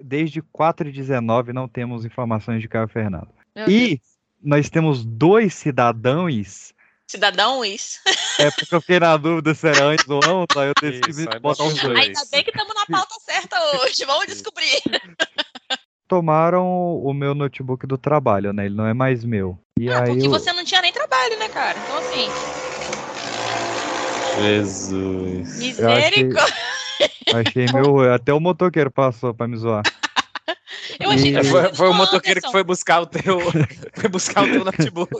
desde 4 e 19 não temos informações de Caio Fernando. e nós temos dois cidadãos. Cidadãos? É porque eu fiquei na dúvida se era antes ou não, tá? Eu decidi botar os dois. Ainda bem que estamos na pauta certa hoje, vamos descobrir. Tomaram o meu notebook do trabalho, né? Ele não é mais meu. E ah, aí porque eu- você não tinha nem trabalho, né, cara? Então, assim, Jesus. misericórdia. achei meu. Até o motoqueiro passou pra me zoar. Eu achei que É, você Foi, tinha ido foi o com motoqueiro que Anderson. foi buscar o teu. Foi buscar o teu notebook.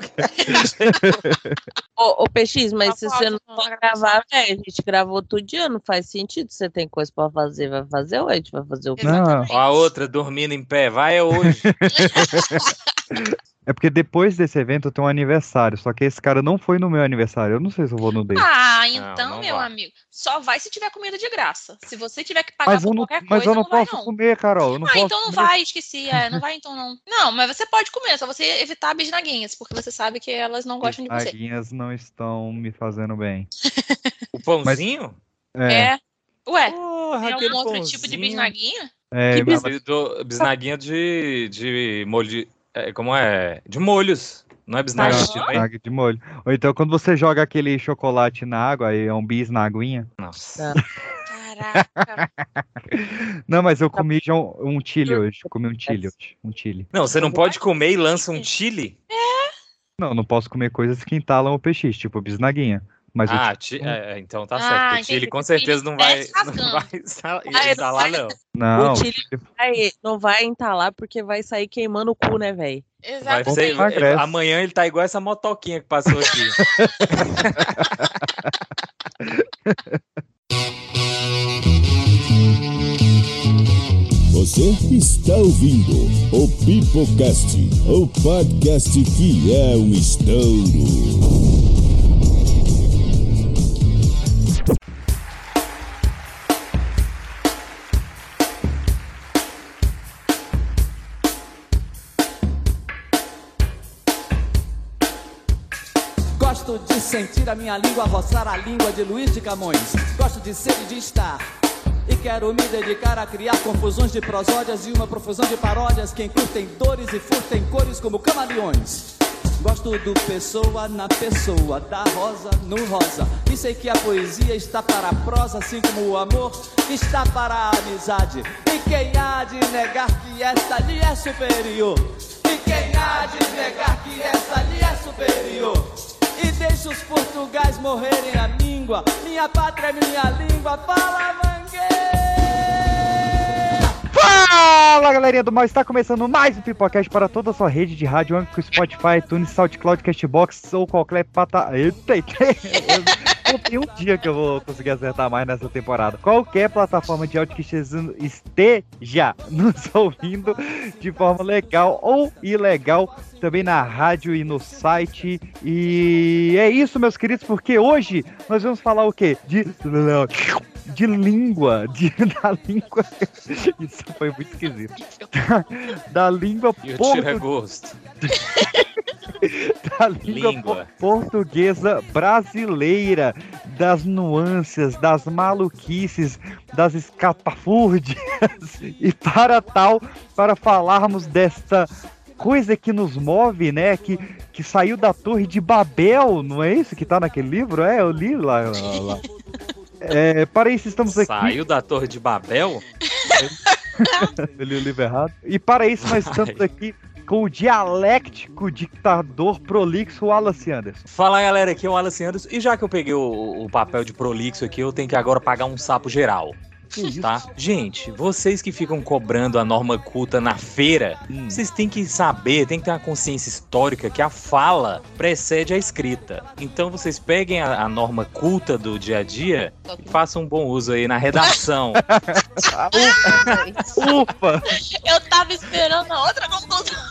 Ô, ô, PX, mas se Uma você não pausa, for uma gravar, velho, a gente gravou todo dia, não faz sentido. Você tem coisa pra fazer, vai fazer hoje, vai fazer o quê? Exatamente. Ó, a outra dormindo em pé. Vai é hoje. É porque depois desse evento eu tenho um aniversário, só que esse cara não foi no meu aniversário. Eu não sei se eu vou no dele. Ah, então, não meu vai. amigo, só vai se tiver comida de graça. Se você tiver que pagar mas eu por não, Ah, qualquer mas coisa, eu não, vai, posso não. comer, Carol. Eu não ah, posso então não comer. vai, esqueci. É, não vai, então não. Não, mas você pode comer, só você evitar bisnaguinhas, porque você sabe que elas não gostam de As você. aguinhas não estão me fazendo bem. O pãozinho? É, É. Ué, Porra, tem algum aquele outro pãozinho. tipo de bisnaguinha? é, que mas- Eu dou bisnaguinha de, de molho. de- é, como é? De molhos. Não é Não, bisnaguinha? Mas- de leite? bisnaga de molho. Ou então quando você joga aquele chocolate na água, aí é um bis na aguinha. Nossa. Caraca. Não, mas eu comi já um, um chile hoje. Comi um chile hoje. Um chile. Não, você não pode comer e lança um chile? Não, eu não posso comer coisas que entalam o peixe, tipo bisnaguinha. Mas o Ah, tá ti- é, é, então tá Ah, certo. O entendi. chile com Porque chile certeza não vai, desce não vai instalar, Ah, ele instalar, vai- não. Não, O chile vai- não vai entalar porque vai sair queimando o cu, né, velho? Vai Exatamente. ser, Vai cresce. amanhã ele tá igual essa motoquinha que passou aqui. Você está ouvindo o Pipocast, o podcast que é um estouro. Gosto de sentir a minha língua roçar a língua de Luiz de Camões. Gosto de ser e de estar. E quero me dedicar a criar confusões de prosódias e uma profusão de paródias que encurtem dores e furtem cores como camaleões. Gosto do pessoa na pessoa, da rosa no rosa. E sei que a poesia está para a prosa, assim como o amor está para a amizade. E quem há de negar que esta lhe é superior? E quem há de negar que esta lhe é superior? E deixa os portugais morrerem a língua. Minha pátria é minha língua. Fala, mangueira! Fala galerinha do mal, está começando mais um Pipocast para toda a sua rede de rádio, âmbito Spotify, iTunes, SoundCloud, Castbox ou qualquer pata... Eita, eita. Eu- Tem um dia que eu vou conseguir acertar mais nessa temporada. Qualquer plataforma de áudio que esteja- esteja nos ouvindo de forma legal ou ilegal, também na rádio e no site. E é isso, meus queridos, porque hoje nós vamos falar o quê? De, de língua, de, da língua isso foi muito esquisito. Da língua, E o portu- tira gosto. da língua, Língua. po- portuguesa brasileira, das nuances, das maluquices, das escapafúrdias. E para tal, para falarmos desta coisa que nos move, né? Que, que saiu da torre de Babel, não é isso que tá naquele livro? É, eu li lá. lá, lá. É, para isso estamos aqui. Saiu da Torre de Babel? Eu li o livro errado. E para isso nós estamos Vai. aqui com o dialético ditador prolixo Wallace Anderson. Fala galera, aqui é o Alan Anderson. E já que eu peguei o, o papel de prolixo aqui, eu tenho que agora pagar um sapo geral. Tá? Gente, vocês que ficam cobrando a norma culta na feira, Hum. vocês têm que saber, têm que ter uma consciência histórica que a fala precede a escrita. Então vocês peguem a, a norma culta do dia a dia e façam um bom uso aí na redação. Ufa! Eu tava esperando a outra conclusão.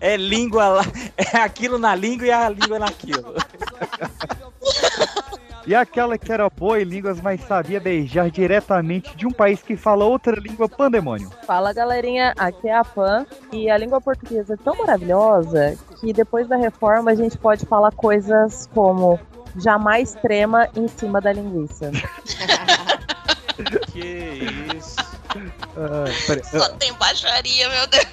É língua lá, é aquilo na língua e a língua é naquilo. E aquela que era boa em línguas, mas sabia beijar diretamente de um país que fala outra língua pandemônio. Fala, galerinha, aqui é a Pan e a língua portuguesa é tão maravilhosa que depois da reforma a gente pode falar coisas como jamais trema em cima da linguiça. Que isso. Ah, peraí. Só tem baixaria, meu Deus.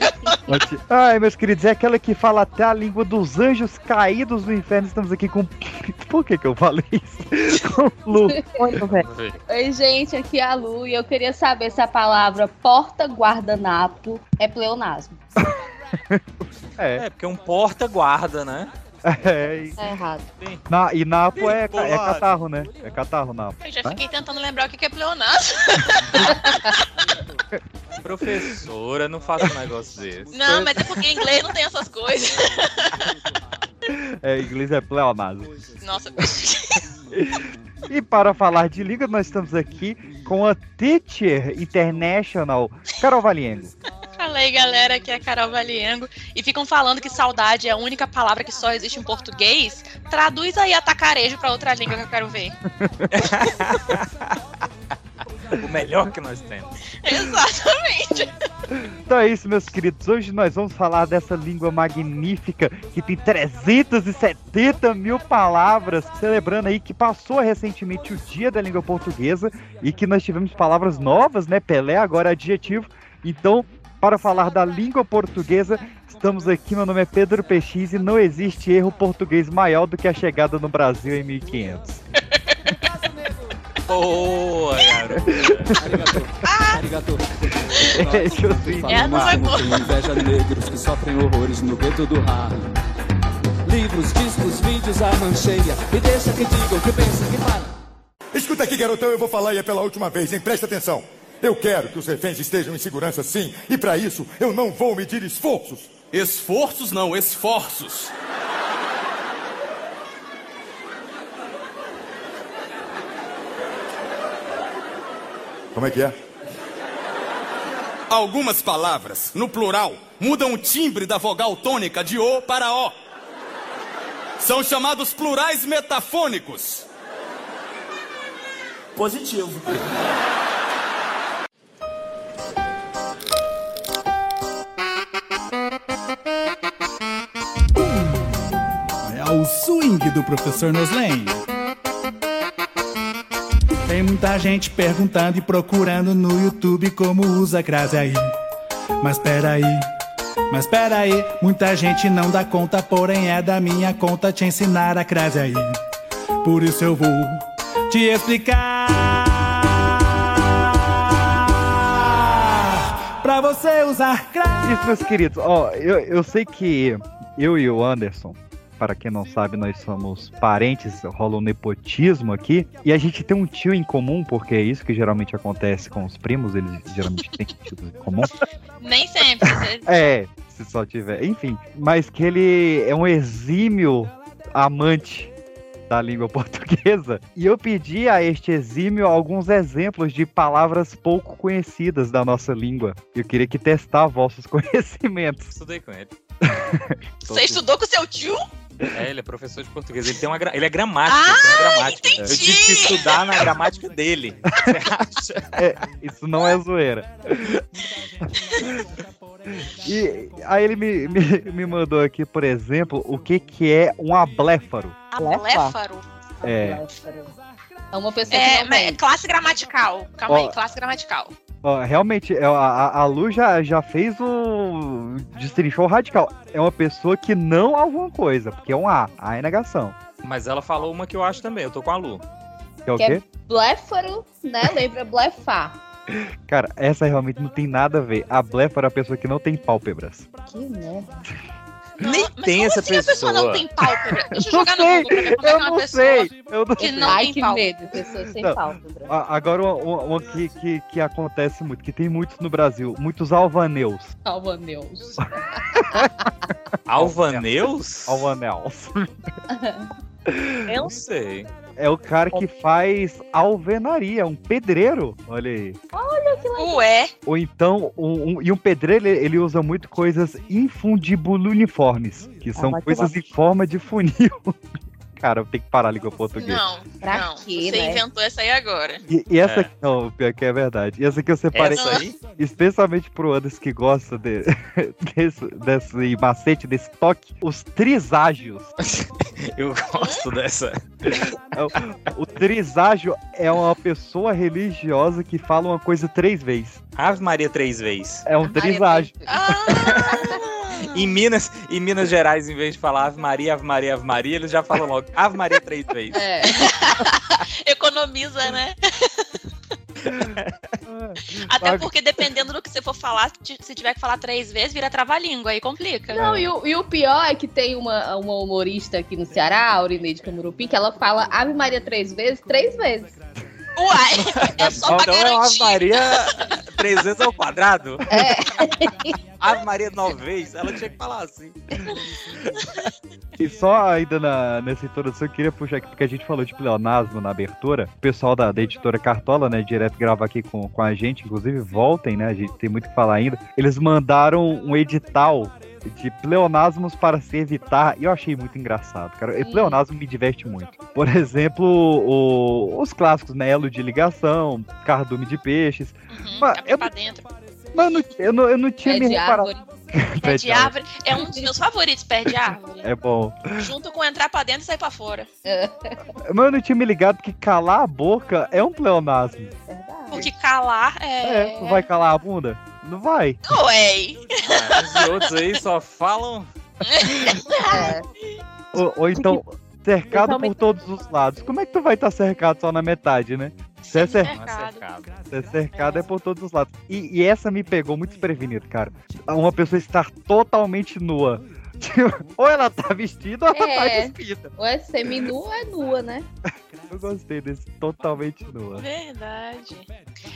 Pode- Ai, meus queridos, é aquela que fala até a língua dos anjos caídos do inferno. Estamos aqui com. Por que, que eu falei isso? Com o Lu. É, Muito velho. Oi, gente, aqui é a Lu e eu queria saber se a palavra porta-guardanapo é pleonasmo. É, É, porque é um porta-guarda, né? é. e Tá errado. Na, e Napo é, ca- é Bolado. catarro, né? É catarro, Napo. Eu já fiquei tentando lembrar o que que é pleonasmo. Professora, não faça um negócio desse. Não, mas é porque em inglês não tem essas coisas. É, em inglês é pleonasmo. Nossa, bicho. E para falar de liga, nós estamos aqui com a Teacher International, Carol Valiengo. Fala aí, galera, aqui é a Carol Valiengo. E ficam falando que saudade é a única palavra que só existe em português. Traduz aí atacarejo pra outra língua que eu quero ver. O melhor que nós temos. Exatamente. Então é isso, meus queridos. Hoje nós vamos falar dessa língua magnífica que tem 370 mil palavras, celebrando aí que passou recentemente o Dia da Língua Portuguesa e que nós tivemos palavras novas, né? Pelé agora é adjetivo. Então, para falar da língua portuguesa, estamos aqui. Meu nome é Pedro Px e não existe erro português maior do que a chegada no Brasil em 1500. Boa, garoto. Arigatou. Arigatou. Deixa eu ver. Falo É, não vai marmo, tenho inveja negros que sofrem horrores no gueto do Harlem. Livros, discos, vídeos, a mancheia. E deixa que digam, que pensam, que falam. Escuta aqui, garotão, eu vou falar e é pela última vez, hein? Presta atenção. Eu quero que os reféns estejam em segurança, sim, e para isso eu não vou medir esforços. Esforços não, esforços. Como é que é? Algumas palavras, no plural, mudam o timbre da vogal tônica de O para O. São chamados plurais metafônicos. Positivo. É o swing do professor Noslen. Tem muita gente perguntando e procurando no YouTube como usa a crase aí. Mas peraí, mas peraí, muita gente não dá conta, porém é da minha conta te ensinar a crase aí. Por isso eu vou te explicar. Pra você usar crase. Isso, meus queridos. Ó, eu, eu sei que eu e o Anderson, para quem não sabe, nós somos parentes, rola um nepotismo aqui. E a gente tem um tio em comum, porque é isso que geralmente acontece com os primos, eles geralmente têm tios em comum. Nem sempre. você- É, se só tiver. Enfim, mas que ele é um exímio amante da língua portuguesa. E eu pedi a este exímio alguns exemplos de palavras pouco conhecidas da nossa língua. Eu queria que testar vossos conhecimentos. Estudei com ele. Você estudou com seu tio? É, ele é professor de português. Ele, tem uma gra- ele é gramática. ele tem uma gramática. Ah, entendi! Eu tive que estudar na gramática dele. Você acha? Isso não é zoeira. E aí ele me, me, me mandou aqui, por exemplo, o que que é um abléfaro. Aléfaro. É, É uma pessoa que É, não mas é tem. classe gramatical. Calma Ó. aí, classe gramatical. ó, realmente, é, a, a- a Lu já, já fez o destrinchou o radical. É uma pessoa que não alguma coisa, porque é um A, A é negação. Mas ela falou uma que eu acho também. Eu tô com a Lu. Que é o Que é- quê? Bléfaro, né? Lembra blefar. Cara, essa realmente não tem nada a ver. Abléfaro é a pessoa que não tem pálpebras. Que merda. Nem Não, mas tem como essa assim a pessoa não pessoa. tem pálpebra? Deixa eu Não jogar sei, no Google pra ver como é Eu que é uma não pessoa sei, eu não que não Ai, tem que pálpebra. medo, pessoas sem Não. pálpebra. A- Agora, uma, uma- uma que, que, que acontece muito, que tem muitos no Brasil, muitos alvaneus. Salva Deus. Alvaneus? Alvaneus. Não sei. É o cara que faz alvenaria, um pedreiro. Olha aí. Ué, Ou então, um, um- e um pedreiro, ele, ele usa muito coisas infundibuluniformes, que são vai coisas em forma de funil. cara, eu tenho que parar a língua portuguesa. Não, Pra não. quê, você né? inventou essa aí agora. E, e essa É. aqui, não, pior que é verdade. E essa aqui eu separei Essa aí? especialmente pro Anderson que gosta de- desse, desse macete, desse toque, os triságios. Eu gosto dessa. O triságio é uma pessoa religiosa que fala uma coisa três vezes. Ave Maria três vezes. É um triságio. Ah! Em Minas, em Minas Gerais, em vez de falar Ave Maria, Ave Maria, Ave Maria, eles já falam logo Ave Maria três vezes. É. Economiza, né? Até É, Sabe? porque dependendo do que você for falar, ti- se tiver que falar três vezes, vira trava-língua, aí complica. Não, e o, e o pior é que tem uma, uma humorista aqui no Ceará, a Aurineide Camurupim, que ela fala Ave Maria três vezes, três vezes. Uai, é só pra então é Ave garantir. Maria três vezes ao quadrado. É. Ave Maria nove vezes. Ela tinha que falar assim. E só ainda na- nessa introdução, eu queria puxar aqui, porque a gente falou de pleonasmo na abertura. O pessoal da, da editora Cartola, né, direto grava aqui com, com a gente, inclusive voltem, né, a gente tem muito o que falar ainda. Eles mandaram um edital de pleonasmos para se evitar, e eu achei muito engraçado, cara. E Hum. pleonasmo me diverte muito. Por exemplo, o- os clássicos, né, elo de ligação, cardume de peixes. Uhum, Mas é eu- pra dentro. Mano, eu não, eu não tinha Pé me É de reparado. árvore. Pé de árvore. É um dos meus favoritos, pé de árvore. É bom. Junto com entrar pra dentro e sair pra fora. Mano, eu não tinha me ligado que calar a boca é um pleonasmo. Porque calar é. É, tu vai calar a bunda? Não vai. Ué. Ah, Os outros aí só falam. É. Ou, ou então, cercado por Principalmente- todos os lados. Como é que tu vai estar cercado só na metade, né? Se é, cer- Não é Cercado. cercado. se é cercado é por todos os lados. E, e essa me pegou muito desprevenido, cara. Uma pessoa estar totalmente nua. Tipo, Ou ela tá vestida ou ela tá É. despida. Ou é seminu ou é nua, né? Eu gostei desse totalmente nua. Verdade.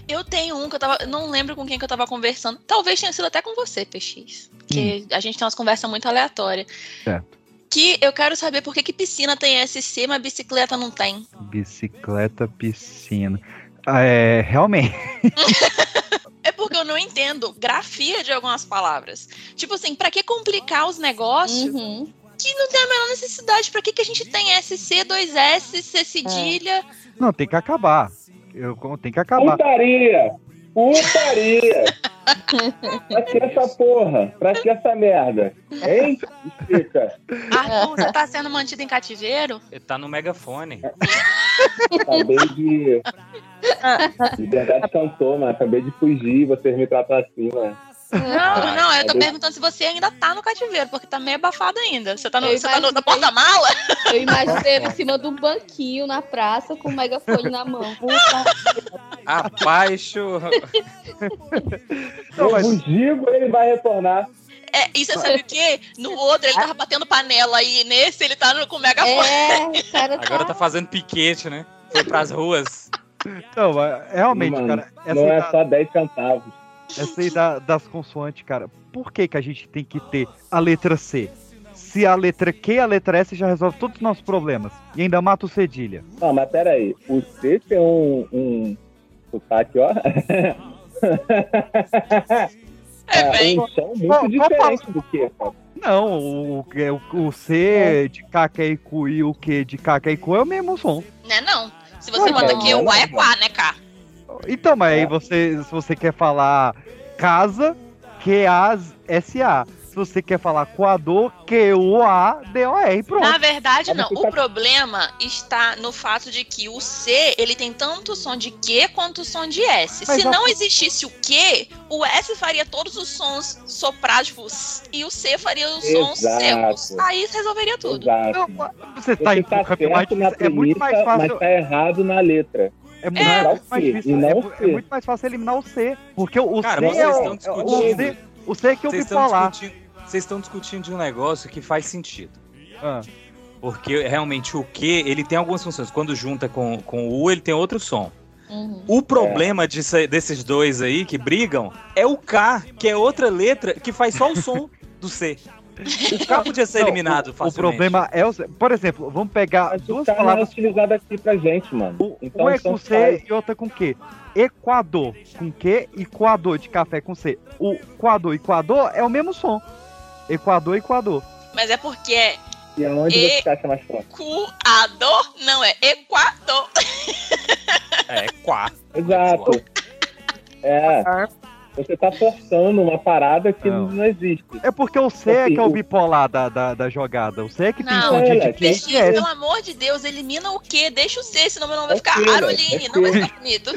Eu tenho um que eu tava. eu Não lembro com quem que eu tava conversando. Talvez tenha sido até com você, PX. Porque a gente tem umas conversas muito aleatórias. Certo. Que eu quero saber por que, que piscina tem SC, mas bicicleta não tem. Bicicleta, piscina. Ah, É, realmente. É porque eu não entendo grafia de algumas palavras. Tipo assim, pra que complicar os negócios Uhum. que não tem a menor necessidade? Pra que, que a gente tem SC, 2S, C cedilha? Não, tem que acabar. Eu, tem que acabar. Putaria! Putaria! Tá pra que essa porra? Pra que essa merda? Hein? Explica. Arthur, você tá sendo mantido em cativeiro? Ele Tá no megafone. Acabei de. Liberdade cantou, mano. Acabei de fugir, vocês me tratam assim, mano. Não, não, eu tô cadê? perguntando se você ainda tá no cativeiro, porque tá meio abafado ainda. Você tá, no, Eu você tá no- na imaginei. porta-mala? Eu imaginei ele em cima de um banquinho na praça com o megafone na mão. Abaixo. Não, Então, Eu mas- fugigo, ele vai retornar. É, e você sabe o quê? No outro ele tava batendo panela aí, nesse ele tá no, com o megafone. É, o cara tá. Agora tá fazendo piquete, né? Foi pras ruas. Não, mas então, é, realmente, Mano, cara. Essa Não é idade- só 10 centavos. Essa aí da- das consoantes, cara. Por que, que a gente tem que ter a letra C? Se a letra Q e a letra S já resolve todos os nossos problemas. E ainda mata o cedilha. Não, mas peraí. O C tem um. um sotaque, ó. É, bem. um chão muito Qual- qual diferente do que, cara. Não, o, o, o C de cacaicu e o Q de cacaicu é o mesmo som. Né, não. Se você Não, manda não, aqui, não, o A é não. quá, né, cá? Então, mas aí você, se você quer falar casa, Q-A-S-A. Se você quer falar coador, Q-U-A-D-O-R. Pronto. Na verdade, Mas não. você O sabe- problema está no fato de que o C, ele tem tanto o som de Q quanto o som de S. Mas Se a- não existisse o Q, o S faria todos os sons soprados tipo, S, e o C faria os sons Exato. secos. Aí resolveria tudo. Exato. Não, você tá Você em tá campeonato, certo na é muito mais premissa, fácil. mas tá errado na letra. É muito, É. mais E difícil, não é, o mu- C. é muito mais fácil eliminar o C. Porque o Cara, C. é vocês o- estão é o- discutindo. O C, o C é que eu Vocês ouvi estão falar. discutindo. Vocês estão discutindo de um negócio que faz sentido. Ah, Porque realmente o Q, ele tem algumas funções. Quando junta com, com o U, ele tem outro som. Uhum. É. O problema disso aí- desses dois aí que brigam é o K, que é outra letra que faz só o som do C. O K podia ser Não, eliminado o facilmente. problema é o C. Por exemplo, vamos pegar Mas o duas cara não é palavras. utilizado aqui pra gente, mano. O, Então, um é são com C faz- e outra com Q. Equador com Q e coador de café com C. O coador e coador é o mesmo som. Equador e coador. Mas é porque é E aonde E- você se acha mais forte? Equador? Não, é Equador. É, quá. Exato. É. Você tá forçando uma parada que não, existe. É porque o C é Assim, que é o o- bipolar da, da, da jogada. O C é que tem Não, escondido é, de quem Peixinho, que é. pelo amor de Deus, elimina o quê? Deixa o C, senão meu nome vai É ficar Cira, é Aroline, não vai Cira. ficar bonito.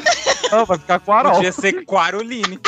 Não, vai ficar com Arol. Podia ser Quaroline.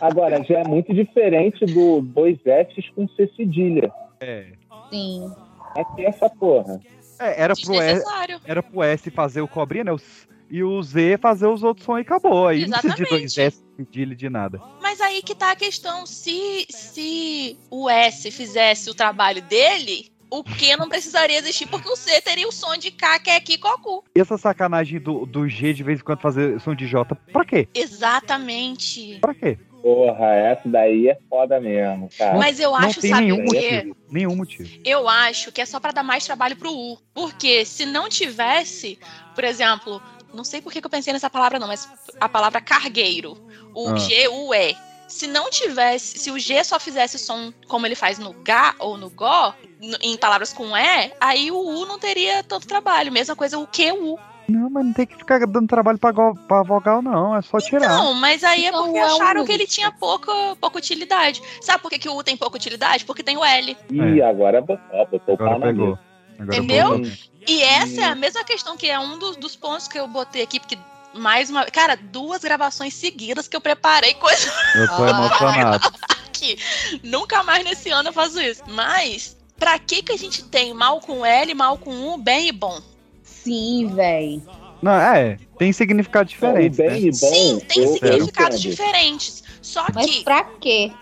Agora, já é muito diferente do dois Fs com C cedilha. É. Sim. Aqui é essa porra. É, era pro S, Desnecessário. era pro S fazer o cobrinha, né? os- E o Z fazer os outros sons e acabou. Aí não precisa de dois S, de de nada. Mas aí que tá a questão, se, se o S fizesse o trabalho dele, o Q não precisaria existir, porque o C teria o som de K, que é aqui, cocu. E essa sacanagem do, do G de vez em quando fazer som de J, pra quê? Exatamente. Pra quê? Porra, essa daí é foda mesmo, cara. Mas eu acho, não tem sabe nenhum o quê? motivo. Nenhum motivo. Eu acho que é só pra dar mais trabalho pro U. Porque se não tivesse, por exemplo, não sei por que que eu pensei nessa palavra não, mas a palavra cargueiro, o Ah. G, U, E. Se não tivesse, se o G só fizesse som como ele faz no G ou no Gó, n- em palavras com E, aí o U não teria tanto trabalho. Mesma coisa o Q, U. Não, mas não tem que ficar dando trabalho pra, go- pra vogal, não. É só Então, tirar. Não, mas aí é Então, porque é um acharam U. que ele tinha pouca, pouca utilidade. Sabe por que, que o U tem pouca utilidade? Porque tem o L. Ih, agora botou, botou o pau na pegou. mesa. Entendeu? E essa é a mesma questão que é um dos, dos pontos que eu botei aqui, porque mais uma. Cara, duas gravações seguidas que eu preparei coisa Eu Ah. tô emocionado. aqui. Nunca mais nesse ano eu faço isso. Mas, pra que que a gente tem mal com L, mal com U, bem e bom? Sim, véi. Não, é. Tem significado diferente. né? bem e bom, Sim, Tem eu- eu significados entendo. diferentes. Só Mas que, pra quê?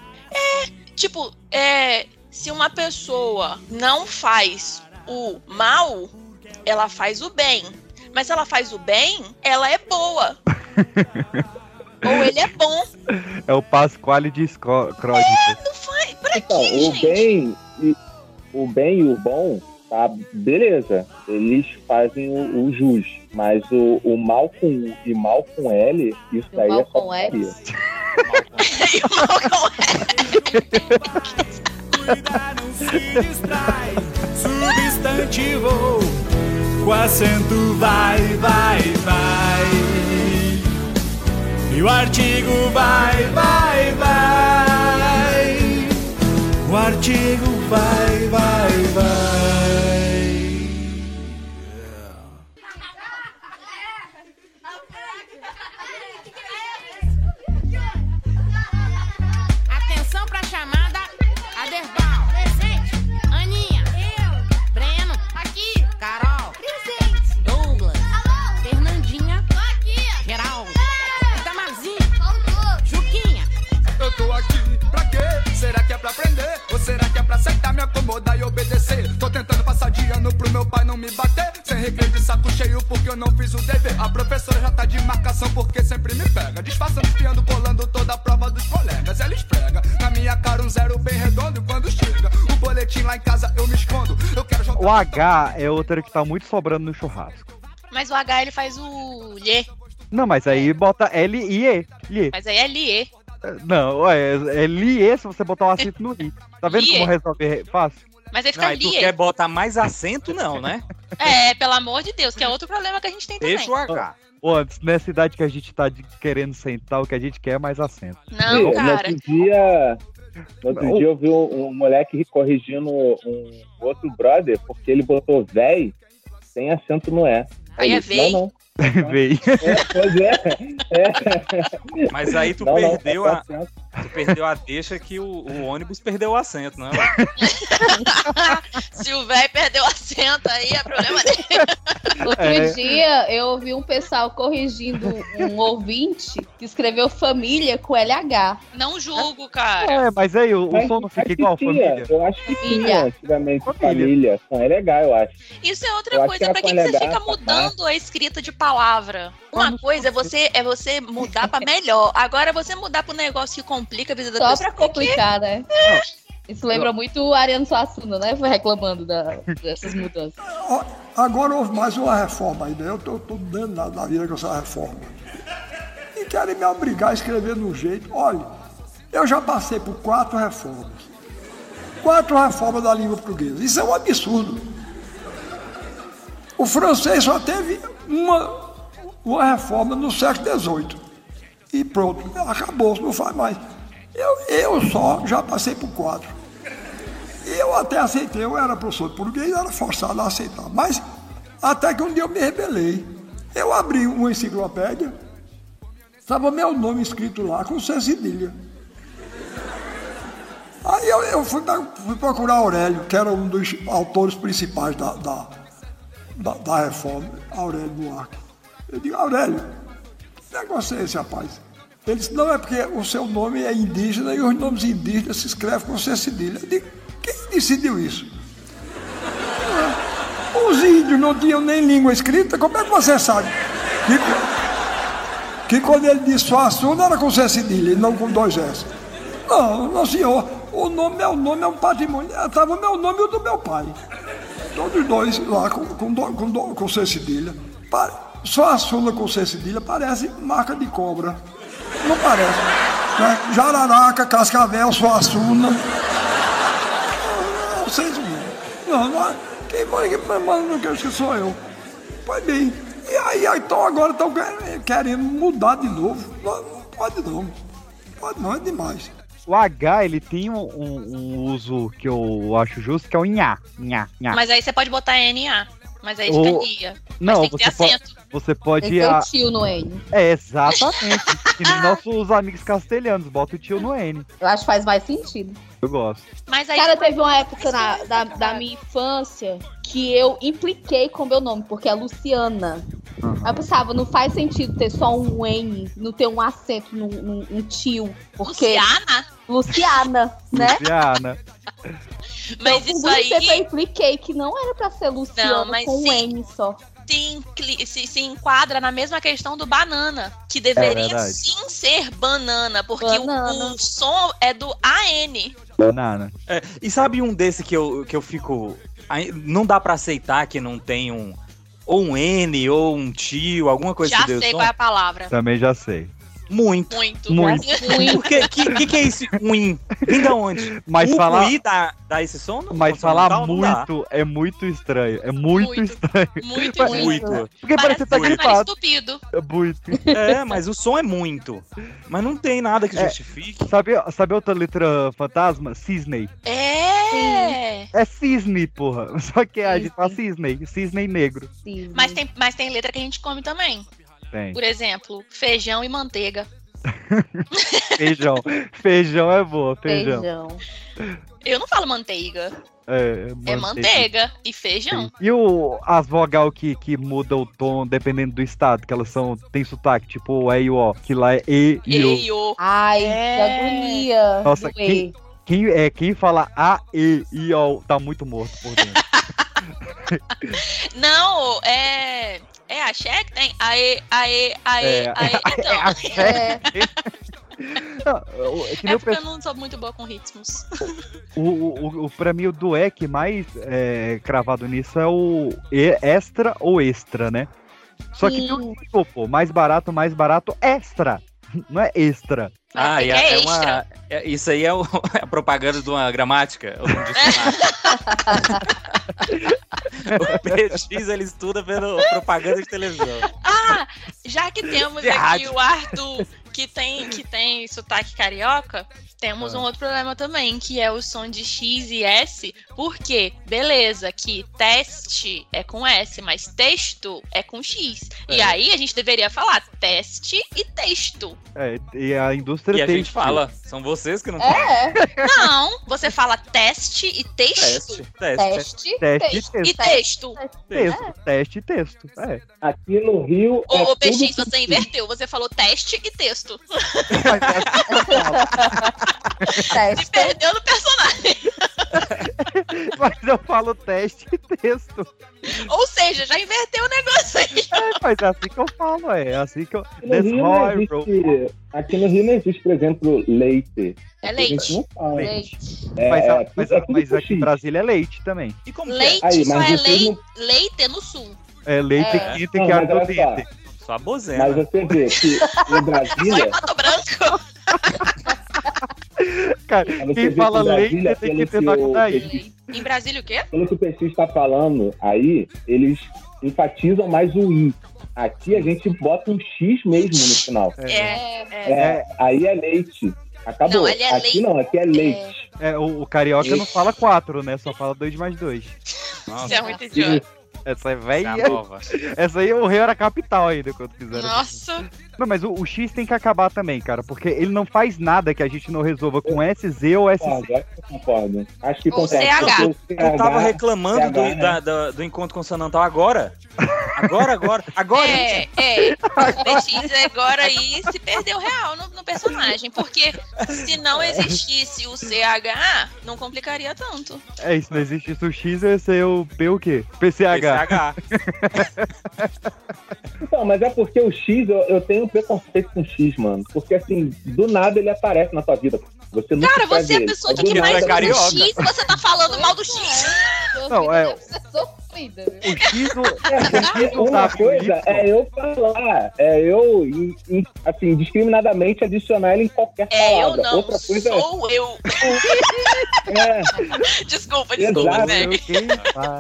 tipo, é, se uma pessoa não faz o mal, ela faz o bem. Mas se ela faz o bem, ela é boa. Ou ele é bom. É o Pasquale de Scro- Croydon. Não faz. Pra Então, o bem, e, o bem e o bom, tá? Beleza. Eles fazem o, o jus. Mas o, o mal com U e mal com L, isso O daí mal é só com X. putaria. Cuidar, não se distrai. Substantivo. Com acento vai, vai, vai. E o artigo vai, vai, vai. O artigo vai, vai, vai. Atenção pra chamada. Aderbal. Presente. Aninha. Eu. Breno. Aqui. Carol. Presente. Douglas. Alô. Fernandinha. Tô aqui. É. Geraldo. Itamarzinho. Juquinha. Eu tô aqui pra quê? Será que é pra aprender? Ou será que é pra aceitar, me acomodar e obedecer? Tô tentando passar de ano pro meu pai não me bater. Sem recreio de saco cheio porque eu não fiz o dever. A professora já tá de marcação porque sempre me pega. Disfarçando, espiando, colando toda a prova dos colegas. Ela esfrega na minha cara um zero bem redondo. Quando chega o boletim lá em casa, eu me escondo. Eu quero jogar. O H é outra que tá muito sobrando no churrasco. Mas o H ele faz o Lhe. Não, mas aí bota L e E. Lhe. Mas aí é Lie. Não, é, é Lie se você botar um acento no I. Tá vendo Lie. como resolver fácil? Mas aí fica Não, e tu Lie. quer botar mais acento, não, né? É, pelo amor de Deus, que é outro problema que a gente tem também. Deixa o H. Pô, nessa idade que a gente tá de- querendo sentar, o que a gente quer é mais acento. Não, Sim, No outro dia, no outro Não. dia eu vi um, um moleque corrigindo um outro brother porque ele botou véi sem acento no E. Aí é eu disse, véi. né, Não, não. Veio. É, pois é. é. Mas aí tu Não, não, perdeu tá a. Tu perdeu a deixa que o, o ônibus perdeu o acento, né? Se o velho perdeu o assento aí, é problema dele. Outro É. dia eu ouvi um pessoal corrigindo um ouvinte que escreveu família com LH. Não julgo, cara. É, mas aí o, o Mas som não acho fica igual, que família. tinha, Eu acho que Ilha. tinha antigamente família. Com é legal, eu acho. Isso é Eu outra acho coisa. que é né? Pra que, que você com fica LH, mudando a escrita de palavra? Uma coisa é você, é você mudar pra melhor. Agora, você mudar pro negócio que complica a vida da Só pessoa. pra complicar, né? Isso lembra Eu- muito o Ariano Suassuna, né? Foi reclamando da- dessas mudanças. Ó, Agora houve mais uma reforma ainda. Eu tô, tô dando na, na vida com essa reforma. E querem me obrigar a escrever de um jeito. Olha, eu já passei por quatro reformas. Quatro reformas da língua portuguesa. Isso é um absurdo. O francês só teve uma, uma reforma no século XVIII. E pronto, acabou, não faz mais. Eu, eu só já passei por quatro. Eu até aceitei, eu era professor de português, era forçado a aceitar. Mas até que um dia eu me rebelei. Eu abri uma enciclopédia, estava meu nome escrito lá com C cedilha. Aí eu, eu fui, pra- fui procurar Aurélio, que era um dos autores principais da, da, da, da reforma, Aurélio Buarque. Eu digo, Aurélio, que negócio é esse, rapaz? Ele disse, não, é porque o seu nome é indígena e os nomes indígenas se escrevem com C cedilha. Eu digo, quem decidiu isso? "Ah, Os índios não tinham nem língua escrita, como é que você sabe? Que, co- que quando ele disse Suassuna era com C cedilha e não com dois S. Não, não senhor, o nome, meu nome é um patrimônio. Estava o meu nome e o do meu pai. Todos dois lá Ah, com, com, do- com, do- com C cedilha. Pa- Suassuna com C cedilha parece marca de cobra. Não parece. Né? Jararaca, Cascavel, Suassuna. Não, vocês não. não, quem mora aqui pra mano não quer que sou eu. Pois bem. E aí, aí, então agora estão querendo mudar de novo. Não, não pode não. Pode não, é demais. O H, ele tem um, um- um uso que eu acho justo, que é o nhá, nhá, nhá. Mas aí você pode botar NA. Mas aí O- fica NIA. Não, tem que ter você, pode, você pode... Tem que ter a- o tio no N. um É, exatamente. que nem nossos amigos castelhanos, bota o tio no N. Eu acho que faz mais sentido. Eu gosto. Mas aí, Cara, teve uma época na- da, da minha infância que eu impliquei com meu nome, porque é Luciana. Aí eu pensava, não faz sentido ter só um N, não ter um acento num, num- um tio. Porque... Luciana? Luciana, né? Luciana. Mas então, Por isso muito aí. tempo eu impliquei que não era pra ser Luciana Não, mas com um se- N só. se, incli- se- se enquadra na mesma questão do banana, que deveria É verdade. sim ser banana, porque o- Banana. O, som é do AN. Banana. É, e sabe um desse que eu, que eu fico. ai- Não dá pra aceitar que não tem um. Ou um N, ou um tio, alguma coisa Já que deu sei som? qual é a palavra. Também já sei. Muito. Muito. Muito. Por quê? que, que, que é esse um? Vem da onde? Mas o falar- I dá, dá esse som? no Mas falar consonantal? Não dá. muito é muito estranho. É muito, estranho. Muito, Mas- muito. Porque parece que você Parece tá um gripado. estupido. É muito. É, mas o som é muito. Mas não tem nada que É. justifique. Sabe, sabe outra letra fantasma? Cisney. É! É cisne, porra. Só que a gente fala cisney. Cisney negro. Mas tem, mas tem letra que a gente come também. Tem. Por exemplo, feijão e manteiga. Feijão. feijão é boa, feijão. Eu não falo manteiga. É, É manteiga e feijão. E o, as vogal que, que muda o tom dependendo do estado, que elas são, tem sotaque, tipo o E e o O, que lá é E e O. Eu. Ai, É. que agonia. Nossa, do quem, E. quem, é, quem fala A, E e O tá muito morto por dentro. Não, é. É axé que tem? Aê, aê, aê, É, aê. Então. é axé Não, é que nem É o porque eu pessoal- não sou muito boa com ritmos. O, o, o, pra mim, o dueque mais é, cravado nisso é o e- extra ou extra, né? Só que tem um tipo, pô, mais barato, mais barato, extra. Não é extra. Ah, e que a- é é uma, é- isso aí é, o- é a propaganda de uma gramática. ou de um dicionário. o PX ele estuda pela propaganda de televisão. Ah, já que temos De aqui rádio. o Arthur que tem, que tem sotaque carioca, temos Ah. um outro problema também, que é o som de X e S, porque, beleza, que teste é com S, mas texto é com X. E É. aí a gente deveria falar teste e texto. É, e a indústria E a tem gente que- fala, são vocês É É, que não Não, você fala teste e texto. Teste. Teste e e texto. texto. É. texto, teste e texto. É. Aqui no Rio. Ô, é ô, tudo PX, você inverteu. Você falou teste e texto. Se perdeu no personagem. Mas eu falo teste e texto. Ou seja, já inverteu o negócio aí. É, mas é assim que eu falo, é. é assim que eu. Aqui no, Rio não existe, aqui no Rio não existe, por exemplo, leite. É A gente não leite. fala. É, Mas, é, a- mas, é a- tudo mas com aqui em X. Brasília é leite também. Leite Aí, só mas é vocês lei, não- leite no sul. É leite É. quente Não, que mas abre o olha só. dente. Só bozena. é. Mas você vê que em Brasília. Mato Branco. cara. Você vê Quem fala leite Brasília, tem que pelo ter na o daí. petista- Em Brasília o quê? Pelo que o PT está falando aí, eles enfatizam mais o I. Aqui a gente bota um X mesmo no final. É, É, aí é leite. Acabou. Não, ali é Tá aqui leite. não, aqui é leite. É, o, o carioca não fala quatro, né? Só fala dois mais dois. Você é muito idiota. Essa é Tá velha. nova. Essa aí é o rei era capital ainda quando fizeram. Nossa. Não, mas o, o X tem que acabar também, cara, porque ele não faz nada que a gente não resolva com SZ ou SC. Concordo. Acho que Ou concordo. CH. Porque o Eu CH Tava reclamando do, CH, né? da- da- do encontro consonantal tá? agora. Agora, agora. Agora, É, é. O PX agora aí se perdeu real no, no personagem. Porque se não existisse o CH, não complicaria tanto. É isso, não existe isso. O X ia ser o P o quê? PCH. Então, mas é porque o X, eu, eu tenho um preconceito com o X, mano. Porque assim, do nada ele aparece na tua vida. Você nunca Cara, você é a vê ele. pessoa Aí que do mais nada usa ele o aparece. X, você tá falando mal do X. Não, é. Sofrida, né? O X, assim, Uma coisa é eu falar, é eu, in- in- assim, discriminadamente adicionar ele em qualquer É, eu palavra. não, Outra coisa é- sou eu. Desculpa, desculpa, né? Exato.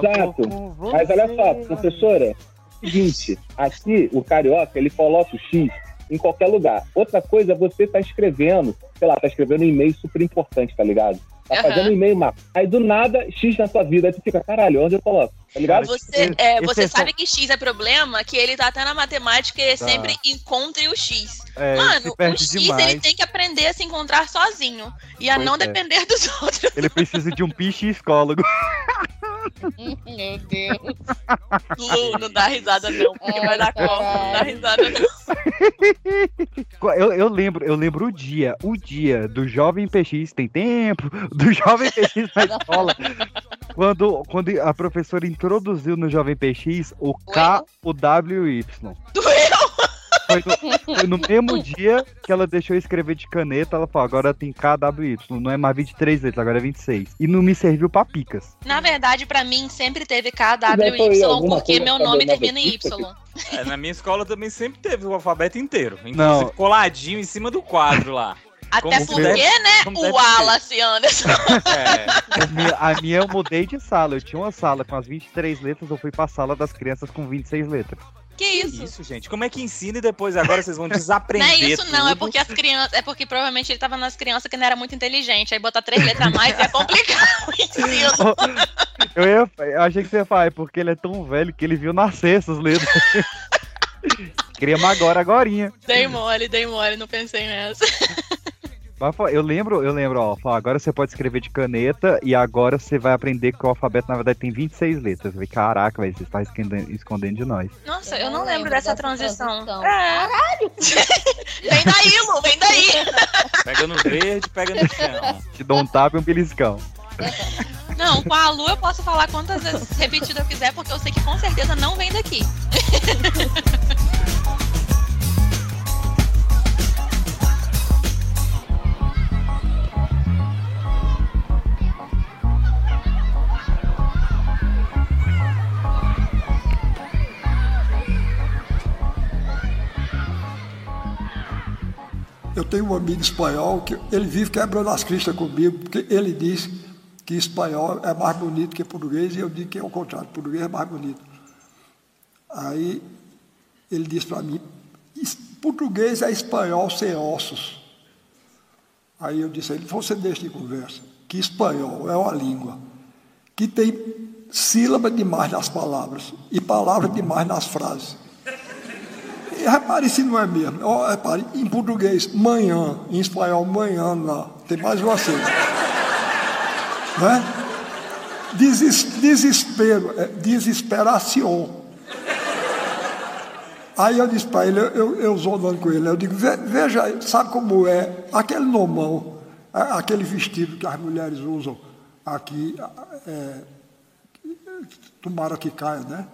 Zé. Exato. Mas olha só, professora, seguinte, aqui o carioca, ele coloca o X em qualquer lugar. Outra coisa é você tá escrevendo, sei lá, tá escrevendo um e-mail super importante, tá ligado? Tá Aham. fazendo um e-mail mapa. Aí do nada, X na sua vida, aí tu fica, caralho, onde eu coloco? Tá ligado? Você, é, você sabe que X é problema, que ele tá até na matemática e Tá. sempre encontre o X. É, ele Mano, se o perde X demais. ele tem que aprender a se encontrar sozinho e a Pois não é. depender dos outros. Ele precisa de um piche escólogo. Meu Deus. Lu, não dá risada não, porque vai dar conta, não dá risada Eu, eu lembro, eu lembro o dia, o dia do jovem PX tem tempo, do jovem PX na escola. Quando, quando a professora introduziu no Jovem PX o K, o W e o Y. Foi no, foi no mesmo dia que ela deixou eu escrever de caneta, ela falou: agora tem K, W e Y. Não é mais 23 letras, agora é 26. E não me serviu pra picas. Na verdade, pra mim, sempre teve K, Já W foi e Y, alguma porque coisa meu nome cabelo na termina em botica aqui? Y. É, na minha escola também sempre teve o alfabeto inteiro. Inclusive Não. coladinho em cima do quadro lá. Até Como porque, deve- né, como o deve ser. É, Wallace Anderson. A minha- A minha eu mudei de sala. Eu tinha uma sala com as 23 letras, eu fui pra sala das crianças com 26 letras. Que isso? Isso, gente. Como é que ensina e depois agora vocês vão Não desaprender é isso não, é tudo? porque as crianças, é porque provavelmente ele tava nas crianças que não era muito inteligente, aí botar três letras a mais é complicado. o ensino. Eu, ia- eu achei que você ia falar, é porque ele é tão velho que ele viu nascer essas letras. Criamos agora, agorinha. Dei mole, dei mole, não pensei nessa. Mas foi- Eu lembro, eu lembro, ó, falou, agora você pode escrever de caneta e agora você vai aprender que o alfabeto, na verdade, tem 26 letras. Eu falei, caraca, velho, você está escondendo, escondendo de nós. Nossa, eu não lembro, dessa transição. Caralho! vem daí, Lu, vem daí! Pega no verde, pega no chão. Te dou um tapa e um beliscão. Não, com a Lu eu posso falar quantas vezes repetida eu quiser, porque eu sei que com certeza não vem daqui. Eu tenho um amigo espanhol que ele vive quebrando as cristas comigo, porque ele diz que espanhol é mais bonito que português, e eu digo que é o contrário, português é mais bonito. Aí ele disse para mim, "Es- português é espanhol sem ossos. Aí eu disse a ele, você deixa de conversa, que espanhol é uma língua que tem sílaba demais nas palavras e palavra demais nas frases. E repare se não é mesmo. Ó, repare, em português, manhã, em espanhol, manhã, não. Tem mais um acento. né? Deses- desespero, é desesperação. Aí eu disse para ele, eu, eu, eu zonando com ele, eu digo, "Ve- veja, aí, sabe como é aquele nomão, a- aquele vestido que as mulheres usam aqui, a- é, tomara que caia, né?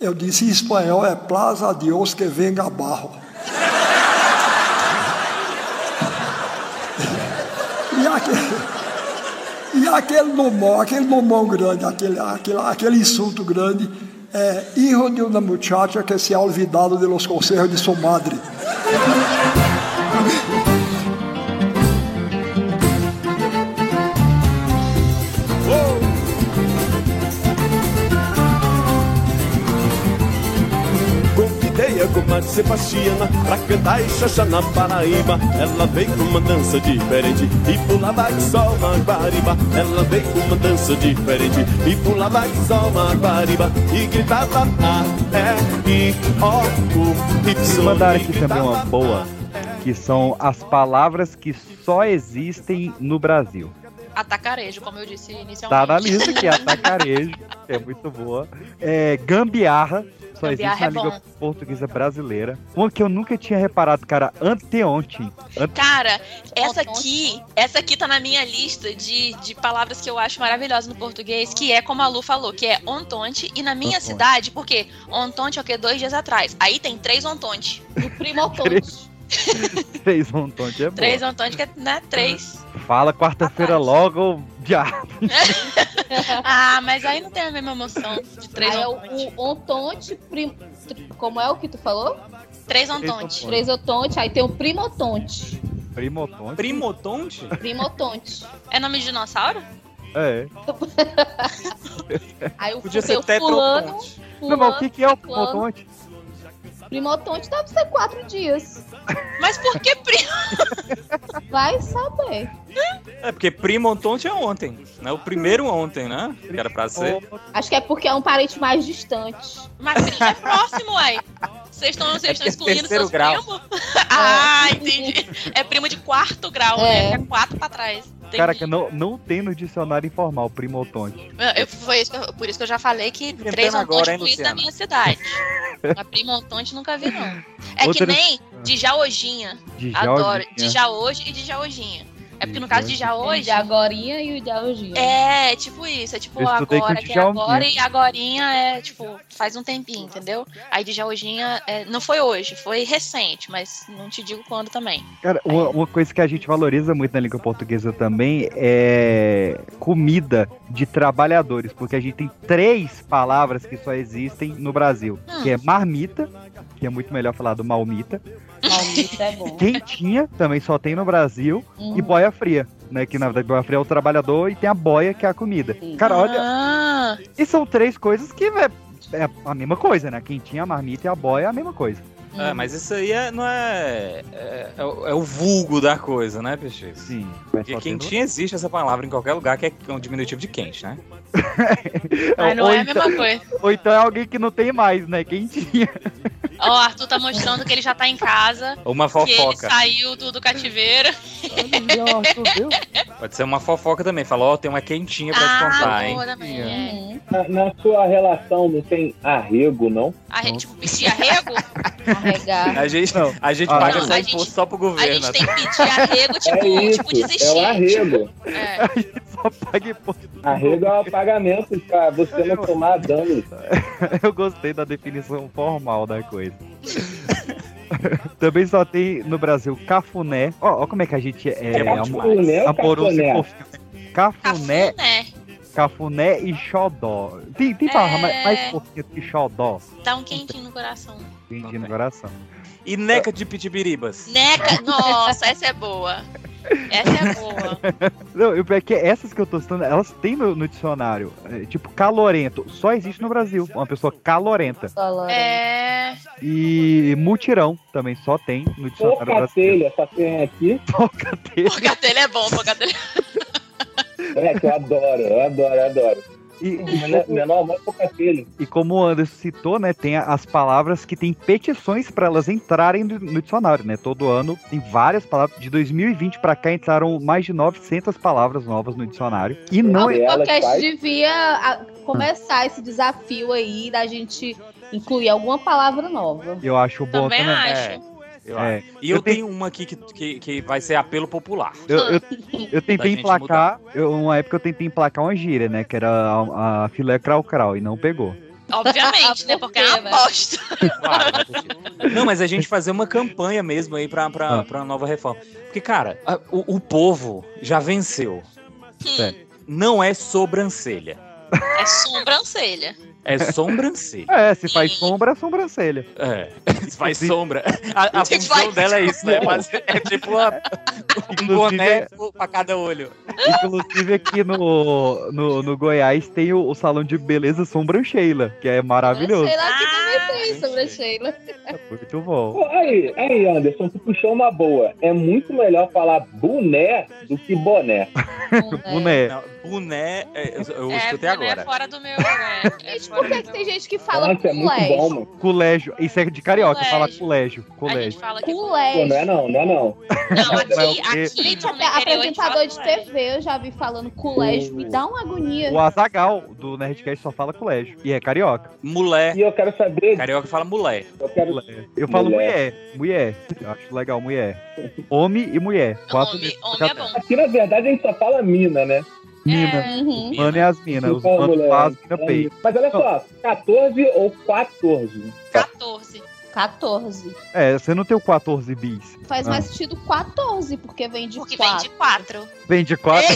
Eu disse em espanhol é Plaza Dios que venga barro. e, aquele, e aquele nomão, aquele nomão grande, aquele, aquele, aquele insulto grande, é hijo de una muchacha que se ha olvidado de los consejos de su madre. Sebastiana pra cantar e xoxar na Paraíba. Ela veio com uma dança diferente e pulava que só uma guariba. Ela veio com uma dança diferente e pulava que só uma guariba. E gritava A, E, I, O, U, Eles Y. mandaram aqui também uma boa, que são as palavras que só existem no Brasil. Atacarejo, como eu disse inicialmente. Tá na lista aqui, atacarejo, é muito boa. É, gambiarra, só Gambiarra existe na é língua bom. portuguesa brasileira. Uma que eu nunca tinha reparado, cara, anteontem. Ante- Cara, essa aqui, essa aqui tá na minha lista de, de palavras que eu acho maravilhosas no português, que é como a Lu falou, que é ontonte. E na minha Ontonte. cidade, porque ontonte é o que? Dois dias atrás. Aí tem três ontonte. O primo ontonte. Três, três ontonte é bom. três ontonte que é, né, três. Fala quarta-feira logo, diabo. Uhum. ah, mas aí não tem a mesma emoção de três Aí é o- ontonte. o ontonte, prim... tri- como é o que tu falou? Três ontonte. Três ontonte, aí tem o primotonte. Primotonte. Primotonte? Primotonte. É nome de dinossauro? É. Aí o Podia fu- tem ser o fulano, tetrotonte. Não, mas o que, que é o fulano. primotonte? Primotonte deve ser quatro dias. Mas por que primo? Vai saber. É porque primontonte é ontem, né? O primeiro ontem, né? Que era pra ser. Acho que é porque é um parente mais distante. Mas primo é próximo, uai. Vocês estão vocês estão É excluindo terceiro seus grau. primos? ah, entendi. É primo de quarto grau, né? Que É quatro pra trás. Entendi. é Caraca, não, não tem no dicionário informal primotonte. Ah, Eu- foi isso que eu- por isso que eu já falei que três agora, montantes hein, fluídos Luciana? na minha cidade. A primontante nunca vi, não. É Outra- que nem de Jaojinha. Djaojinha. Adoro. De Jaoji e de Jaojinha. É porque no caso de Jaoji. De agorinha e o de agora. É, tipo isso. É tipo Eu estudei com agora, o que é agora Djalminha. e agorinha é, tipo, faz um tempinho, entendeu? Aí de Jaojinha é, não foi hoje, foi recente, mas não te digo quando também. Cara, uma, uma coisa que a gente valoriza muito na língua portuguesa também é comida de trabalhadores, porque a gente tem três palavras que só existem no Brasil, que Hum. é marmita, que é muito melhor falar do malmita, Maldito é bom. quentinha, também só tem no Brasil, Uhum. Hum. e boia fria, né, que na verdade boia fria é o trabalhador e tem a boia que é a comida. Cara, olha, Ah, e são três coisas que é, é a mesma coisa, né? Quentinha, a marmita e a boia é a mesma coisa. É, mas isso aí é- não é é, é o- é o vulgo da coisa, né, peixe? Sim. Porque quentinha existe essa palavra em qualquer lugar que é um diminutivo de quente, né? mas não Ou é a então- mesma coisa. Ou então é alguém que não tem mais, né? Quentinha. Ó, o Arthur tá mostrando que ele já tá em casa. Uma Que ele fofoca. saiu do, do cativeiro. Pode ser uma fofoca também. Fala, ó, tem uma Ah, quentinha pra te contar, hein? hein? É. Na, na sua relação não tem arrego, não? Arre, tipo, pedir arrego? A gente, a gente Ah. paga Não, essa a imposto só pro governo. né? A gente tem que pedir arrego, tipo, é isso, tipo desistir. é o arrego. É. Arrego é um apagamento pra você não tomar dano. Eu gostei da definição formal da coisa. Também só tem no Brasil cafuné. Ó, ó como é que a gente é, É cafuné ou amoroso cafuné? e fofinho. Cafuné, né? cafuné e xodó. Tem, tem palavra mais, mais fofinha que xodó. Dá um quentinho no coração. Entendi no coração. E neca de pitibiribas. Neca, nossa, essa é boa. Essa é boa. Não, eu- é que essas que eu tô citando, elas têm no, no dicionário. É, tipo, calorento. Só existe no Brasil. Uma pessoa calorenta. É. E mutirão também só tem no dicionário brasileiro. Pocatelha, só tem aqui. Pocatelha é bom, pocatelha. É, que eu adoro, eu adoro, eu adoro. Minha- minha nova pocatelha. né, E como o Anderson citou, né, tem a- as palavras que tem petições para elas entrarem no, no dicionário, né? Todo ano tem várias palavras. De 2020 para cá entraram mais de 900 palavras novas no dicionário. E não é- Tá O podcast devia ah, começar esse desafio aí da gente incluir alguma palavra nova. Eu acho bom Também também. acho. É, eu é. E eu, tenho uma aqui que, que, que vai ser apelo popular. Eu, eu, eu Da tentei gente emplacar, eu, uma época eu tentei emplacar uma gíria, né? Que era a, a filé crau-crau e não pegou. Obviamente, né? Porque é uma aposta. Não, mas a gente fazer uma campanha mesmo aí pra, pra, pra nova reforma. Porque, cara, a- o, o povo já venceu. Não é sobrancelha. É sobrancelha. É sobrancelha. É, se faz sombra, é sobrancelha. É, faz sombra. A, a função dela é isso, né? Mas é tipo uma- um Inclusive, é. boné pra cada olho. Inclusive aqui no, no, no Goiás tem o, o salão de beleza Sombrancheila, que é maravilhoso. Ah, Sei lá que nome tem sobre a Sheila. Muito bom. Pô, Aí, aí, Anderson, tu puxou uma boa. É muito melhor falar boné do que boné. É. Boné. Boné, é, eu, eu É, escutei boné agora. fora do meu. né? É, Por fora que, do que meu- tem gente que fala Nossa, é muito colégio? bom, mano. Colégio. Isso é de carioca, Colégio. falar colégio. A Colégio. gente fala que. Pô, não é Colégio. não, não é não. Não, aqui, Não, porque- aqui no Até interior a gente é fala apresentador de TV, eu já vi falando colégio. Me dá uma agonia. O Azagal do Nerdcast só fala colégio. E é carioca. Mulé. E eu quero saber. Carioca fala mulé. Eu quero. Eu falo Mulher. mulher. Mulher. Eu acho legal, mulher. Homem e mulher. Quatro Homem, letras homem cada- é bom. Aqui na verdade a gente só fala mina, né? Mina. Uhum. um. Mano e as minas. Os manos Então, mulher, é fazem, mina fala peito. mina. Mas olha só, 14 ou 14? É, 14. 14. É, você não tem o 14 bis. Faz Ah. mais sentido 14, porque vem de Porque vem 4. de 4. Vem de 4.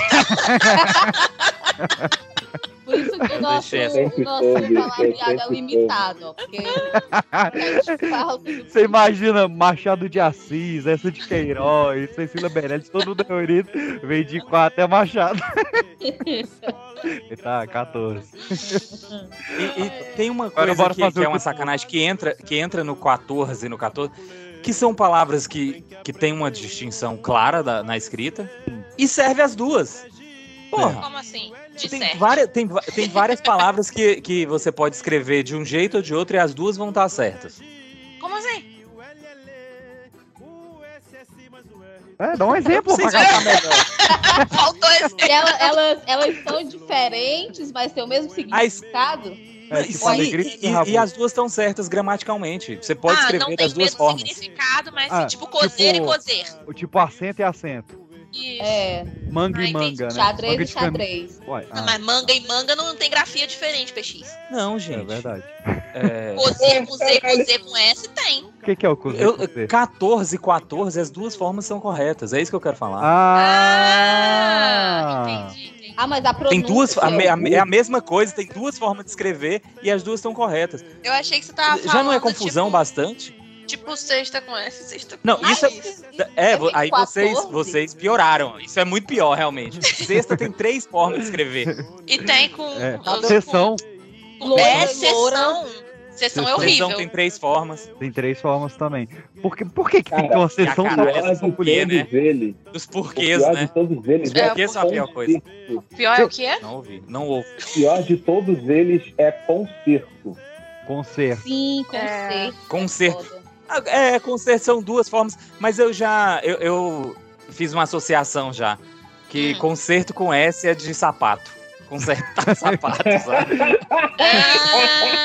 Por isso que o nosso, Deixa essa. o nosso Sempre foi, palavreado é sempre limitado, ó. Porque a gente fala do Você imagina Machado de Assis, essa de Queiroz, Cecília Meirelles, todo mundo reunido. Vem de 4 é Machado. tá, 14. E, e tem uma Agora coisa bora que, fazer que é o uma que- sacanagem que entra, que entra no 14 e no 14, que são palavras que, que tem uma distinção clara da- na escrita e serve as duas. É. Porra, Como assim? De tem certo. várias, tem, va- tem várias palavras que, que você pode escrever de um jeito ou de outro e as duas vão estar certas. Como assim? É, dá um exemplo, Vocês pra cá. Faltou esse. E ela- elas, elas são diferentes, mas tem o mesmo Aí- significado. É, Sim, que fala grito e, de rabo. e as duas estão certas gramaticalmente. Você pode ah, não escrever tem das o duas mesmo formas. significado, mas Ah, tipo cozer tipo- e cozer. O Tipo acento e acento. Isso. É, Manga Ah, e entendi. manga, né? xadrez manga e xadrez. Ué, Não, ah, mas manga e manga não tem grafia diferente, PX. Não, é gente. verdade. É, Cozer com Z, cozer com S, tem. O que, que é o cozer? eu, cozer? 14 e 14, as duas formas são corretas. É isso que eu quero falar. Ah! entendi, entendi. Ah, mas a Tem pronúncia... duas, a, me- a me- é a mesma coisa, tem duas formas de escrever e as duas estão corretas. Eu achei que você tava falando. Já não é confusão Ah, tipo, bastante? tipo sexta com S, sexta com Não, S. isso é- É, vo- aí vocês, 14? vocês pioraram. Isso é muito pior, realmente. Sexta tem três formas de escrever. E tem com. É, com- sessão. com- Loura, é, loura. sessão. Sessão é horrível. Sessão tem três formas. Tem três formas também. Por que, por que, que tem que ter Cara, uma sessão e a é O Caralho, só pior essas de são mulher, todos eles. né? Dos O porquês, pior né? de todos eles. Os É, porquês são a pior coisa. concerto. Pior é o que é? Não ouvi, não ouvi. O pior de todos eles é concerto. é- concerto? Sim, com É. C. Com C. Ah, É, concerto são duas formas, mas eu já. Eu, eu fiz uma associação já. Que Hum. concerto com S é de sapato. Consertar sapato, sabe? Ah,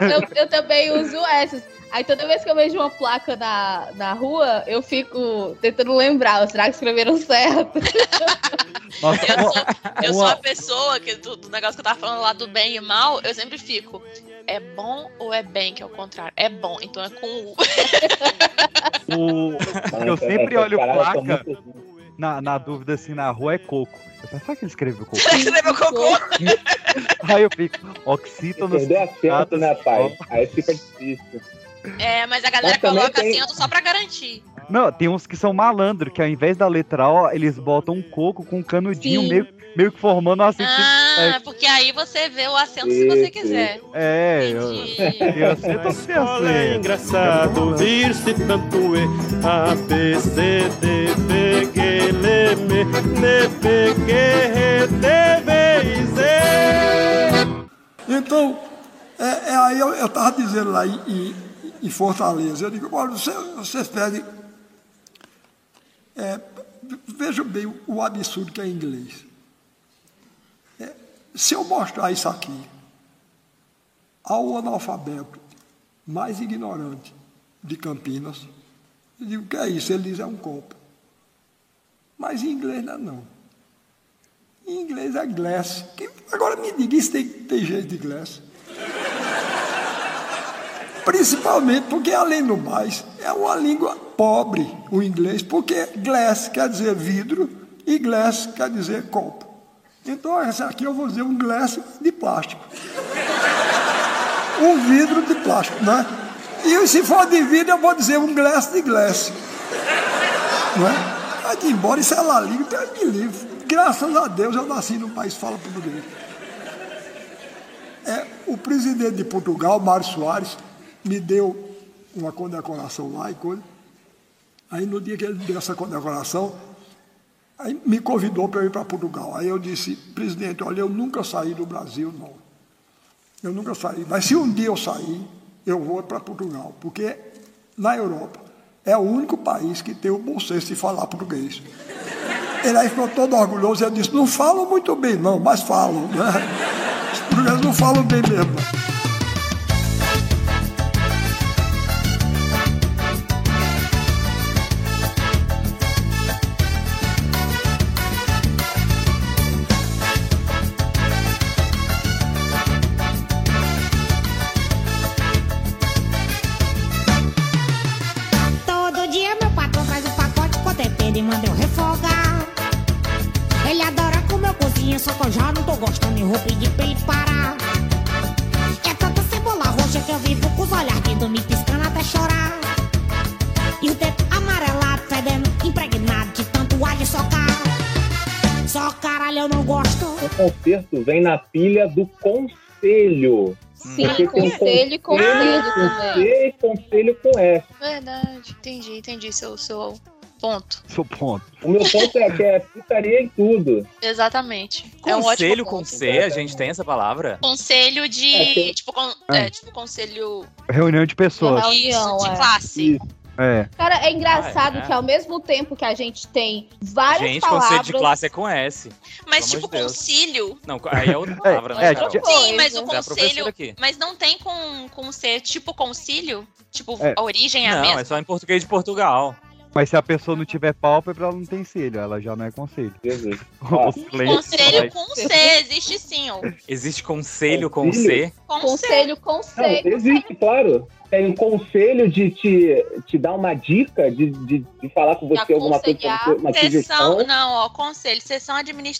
Eu, eu- eu também uso essas. Aí toda vez que eu vejo uma placa na, na rua, eu fico tentando lembrar. Será que escreveram certo? Nossa, Eu uma- sou, eu sou uma- a pessoa que do, do negócio que eu tava falando lá do bem e mal, eu sempre fico. É bom ou é bem, que é o contrário? É bom, então é com U. o- Eu Essas sempre olho paradas são placa. muito- na, na dúvida assim, na rua é coco. Eu falo, será que ele escreveu coco? Escreveu cocô. Aí eu fico, oxítono. Perdeu acento, né, pai? Aí fica difícil. É, mas a galera Mas também coloca tem- acento só pra garantir. Não, tem uns que são malandro, que ao invés da letra O, eles botam um coco com um canudinho Sim. meio, meio que formando um acento. Ah, porque aí você vê o acento se você Isso. quiser. É, eu, Entendi. eu acento sem assim. Olha, é acento. engraçado um ouvir-se tanto E A, B, C, D, B, G, L, M, N, P, Q, R, D, B, I, Z Então, é, é aí eu estava dizendo lá em, em- em Fortaleza, eu digo, olha, você- vocês pedem. é, vejam bem o, o absurdo que é inglês. É, se eu mostrar isso aqui ao analfabeto mais ignorante de Campinas, eu digo, o que é isso? Ele diz, é um copo. Mas em inglês não é não. Em inglês é glass. Que- Agora me diga, isso tem, tem jeito de glass? Principalmente porque, além do mais, é uma língua pobre, o inglês, porque glass quer dizer vidro e glass quer dizer copo. Então, essa aqui eu vou dizer um glass de plástico. Um vidro de plástico, né? E se for de vidro, eu vou dizer um glass de glass não é? Mas embora isso é laliga, Deus me livre. Graças a Deus eu nasci num país que fala português. É, o presidente de Portugal, Mário Soares, me deu uma condecoração lá e coisa. Aí no dia que ele me deu essa condecoração, aí me convidou para ir para Portugal. Aí eu disse, presidente, olha, eu nunca saí do Brasil, não. Eu nunca saí. Mas se um dia eu sair, eu vou para Portugal, porque na Europa é o único país que tem o bom senso de falar português. Ele aí ficou todo orgulhoso e disse, não falam muito bem, não, mas falam, né? Os portugueses não falam bem mesmo. Todo dia meu patrão traz um pacote com tempero e manda eu refogar. Ele adora como eu cozinho, só que eu já não tô gostando e vou pedir pra ele parar. É tanta cebola roxa que eu vivo com os olhares vindo me piscando até chorar. E o dedo amarelado, fedendo, impregnado de tanto alho socar. Só caralho eu não gosto. O concerto vem na pilha do conselho. Sim, conselho e conselho também. Conselho, conselho com S. Verdade, entendi, entendi seu, seu ponto. Seu ponto. O meu ponto é que é putaria em tudo. Exatamente. é um Conselho ótimo com ponto. C, a gente tem essa palavra? Conselho de. É, tem- tipo, con- Ah. é, tipo, conselho Reunião de pessoas. isso, de é. classe. É. Cara, é engraçado Ah, é. que ao mesmo tempo que a gente tem várias gente, conceito palavras... de classe é com S. Mas, Pelo tipo, amor de Deus. concílio. Não, aí é outra palavra, né, é, Carol? gente- Sim, mas É o a professora conselho. aqui. Mas não tem com, com ser tipo concílio? Tipo, É. a origem é a Não, mesma? é só em português de Portugal. Mas se a pessoa não tiver pálpebra, ela não tem cílio, ela já não é conselho. Jesus. Os clientes Conselho falam, com C, existe sim, ó. Existe conselho com C? Conselho, conselho. Não, existe, claro. Tem um conselho de te, te dar uma dica, de, de, de falar com você alguma coisa, pra você, uma Sessão, sugestão. não, ó, conselho, sessão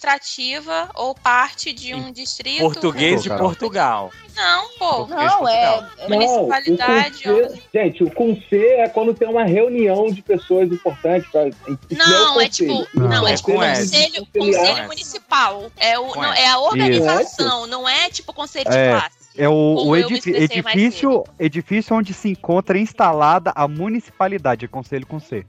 administrativa ou parte de um distrito. Português de Carol. Portugal. Não, pô. Português Não, de Portugal. é municipalidade, assim. o com C- gente, o conselho é quando tem uma reunião de pessoas importantes. Pra, Não, é tipo, não, é tipo com conselho, conselho municipal. É, o, Com não, S. é a organização, Isso. não é tipo conselho de É, classe. é o, Ou o eu me edifi- expressei mais edifício, edifício onde se encontra instalada a municipalidade, é conselho com C.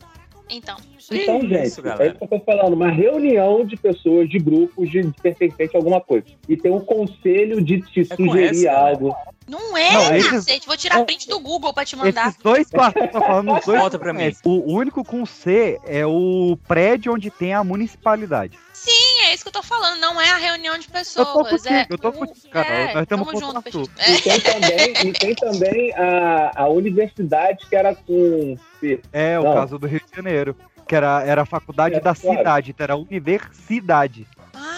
Então. Então, gente, Isso, é isso que eu tô falando, uma reunião de pessoas, de grupos, de, de pertencente a alguma coisa. E tem um conselho de te sugerir essa, algo. Não é, Não, esses- cacete. Vou tirar a print do Google pra te mandar. Esses dois que o Arthur tá falando, os dois Volta pra com S. O único com C é o prédio onde tem a municipalidade. Sim, é isso que eu tô falando. Não é a reunião de Eu tô pessoas. contigo, é... eu tô contigo, Carol. é, Nós estamos tamo com junto, o É, Arthur. E tem também, e tem também a, a universidade que era com. É, o Não. caso do Rio de Janeiro. Que era, era a faculdade É, da claro. cidade, então era a universidade. ah,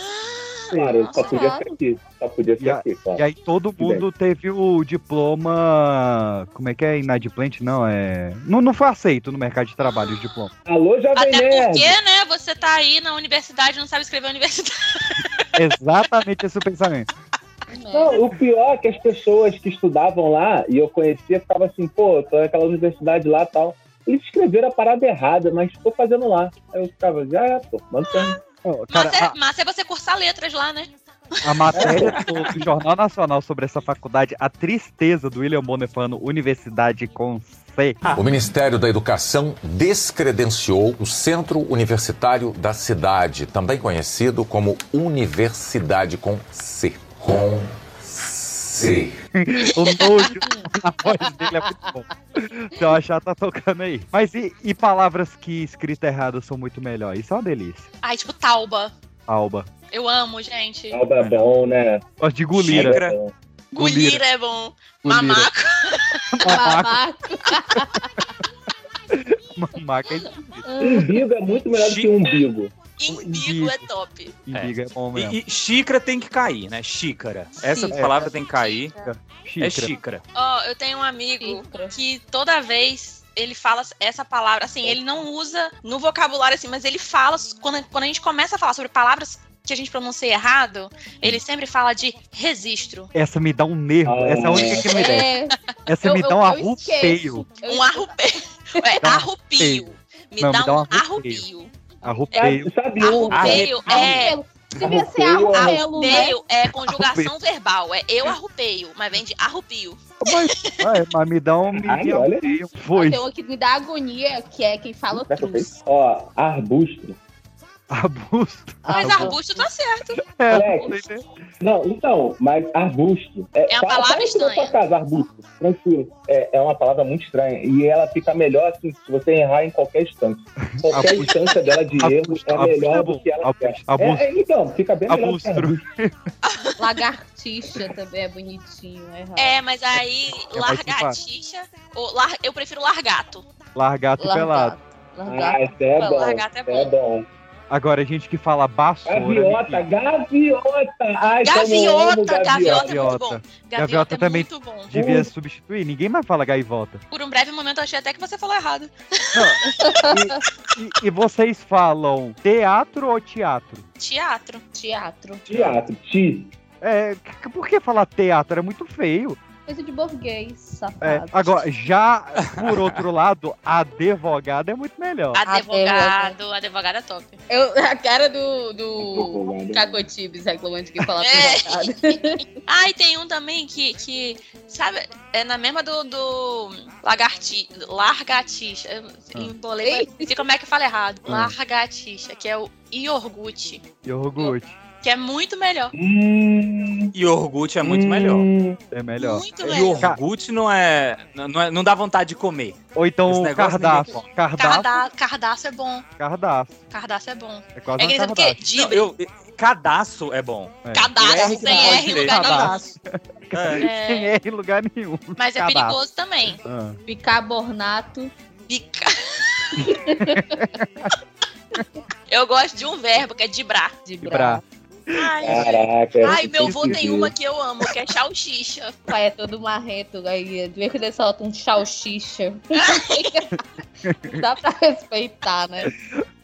Claro, só podia ser aqui. Só podia ser aqui, claro. E aí todo mundo teve o diploma. Como é que é? Inadimplente? Não, é. Não, não foi aceito no mercado de trabalho o diploma. Alô, Jovem Até Nerd! porque, né, você tá aí na universidade não sabe escrever universidade. Exatamente esse o pensamento. Não, o pior é que as pessoas que estudavam lá e eu conhecia ficavam assim, pô, tô naquela universidade lá e tal. Eles escreveram a parada errada, mas tô fazendo lá. Aí eu ficava, já é, pô, mantém. Cara, ah. Massa, é, massa é você cursar letras lá, né? a, a matéria do, do Jornal Nacional sobre essa faculdade, a tristeza do William Bonifano, Universidade com C. O Ministério da Educação descredenciou o Centro Universitário da Cidade, também conhecido como Universidade com C. Com C. o nojo na voz dele é muito bom. Se eu achar, tá tocando aí. Mas e, e palavras que escrita errada são muito melhor? Isso é uma delícia. Ai, tipo, Tauba. Alba. Eu amo, gente. Alba é bom, né? Gosto de gulira. Xícara. Gulira é bom. Gulira. Mamaco. Ah, Mamaco. Mamaca é Umbigo é muito melhor do que umbigo. Umbigo é top. Indiga é bom mesmo. E, e xícara tem que cair, né? Xícara. Essa Xícara. palavra tem que cair. Xícara. É xícara. Ó, eu tenho um amigo que toda vez ele fala essa palavra, assim, ele não usa no vocabulário assim, mas ele fala, quando, quando a gente começa a falar sobre palavras que a gente pronuncia errado, ele sempre fala de registro. Essa me dá um nervo. Ah. Essa é a única que me desce. Essa me dá um arrupeio. Um arrupeio. É, arrupio. Me Não, dá um arrupeio. Arrupeio. Sabe um? arrupeio. É, Um Devia ser arrupelo, né? Arrupeio é conjugação Arrupeio. verbal. É eu arrupeio, mas vem de arrupio. Mas, ai, mas me dá um. Me Ai, dá um- olha. Foi. Tem uma que me dá agonia, que é quem fala cruz. Ó, arbusto. Arbusto? Mas arbusto tá certo. É, Alex, não, então, mas arbusto. É uma palavra estranha. Sua casa, arbusto, tranquilo. É, é uma palavra muito estranha. E ela fica melhor assim, se você errar em qualquer instância. Qualquer Arbusto. instância dela de erro Arbusto, é arbusto é melhor bom. do que ela quer. arbusto. É, é, então, fica bem melhor. do que Arbusto. arbusto. Lagartixa também é bonitinho, é errado. É, mas aí É mais largatixa. Ou lar... Eu prefiro largato. Largato, Largato. pelado. Ah, esse é bom. Largato é esse é bom. Agora, a gente que fala vassoura. é Gaviota, gaviota. Ai, como eu amo Gaviota, gaviota, é muito bom. Gaviota, Gaviota é também muito bom. devia substituir. Ninguém mais fala gaivota. Por um breve momento eu achei até que você falou errado. E, e vocês falam teatro ou teatro? Teatro. Teatro. Teatro, ti. É, c- c- por que falar teatro? É muito feio. Coisa de burguês, safado. Ah, É, agora, já por outro lado, advogado é muito melhor. Advogado, advogado é top. Eu, a cara do, do Cacotibes reclamando que fala É. ah, e tem um também que, que sabe, é na mesma do, do lagarti, largatixa. Eu embolei, pra- não sei como é que fala errado. Ah. Largatixa, que é o iogurte, Iogurte. que é muito melhor. E iogurte é muito melhor. É melhor. Muito E iogurte não é, não não é. Não dá vontade de comer. Ou então Esse negócio cardáço. ninguém- Cardáço. Carda, cardaço é bom. Cardáço. Cardaço é bom. É quase É um que ele sabe o quê? cardácio. Dívida. Não, eu- Cadastro é bom. Cadastro, O R que sem não pode R em ter. lugar nenhum. Cadastro. É. Sem R em lugar nenhum. Mas é Cadastro. perigoso também. Ah. bicarbonato. Bica... Eu gosto de um verbo que é dibrar. Dibrar. Ai, Caraca, gente. eu Ai meu preciso avô tem disso. uma que eu amo, que é salsicha. Pai, é todo marreto. Aí, do que ele solta um salsicha. Dá pra respeitar, né?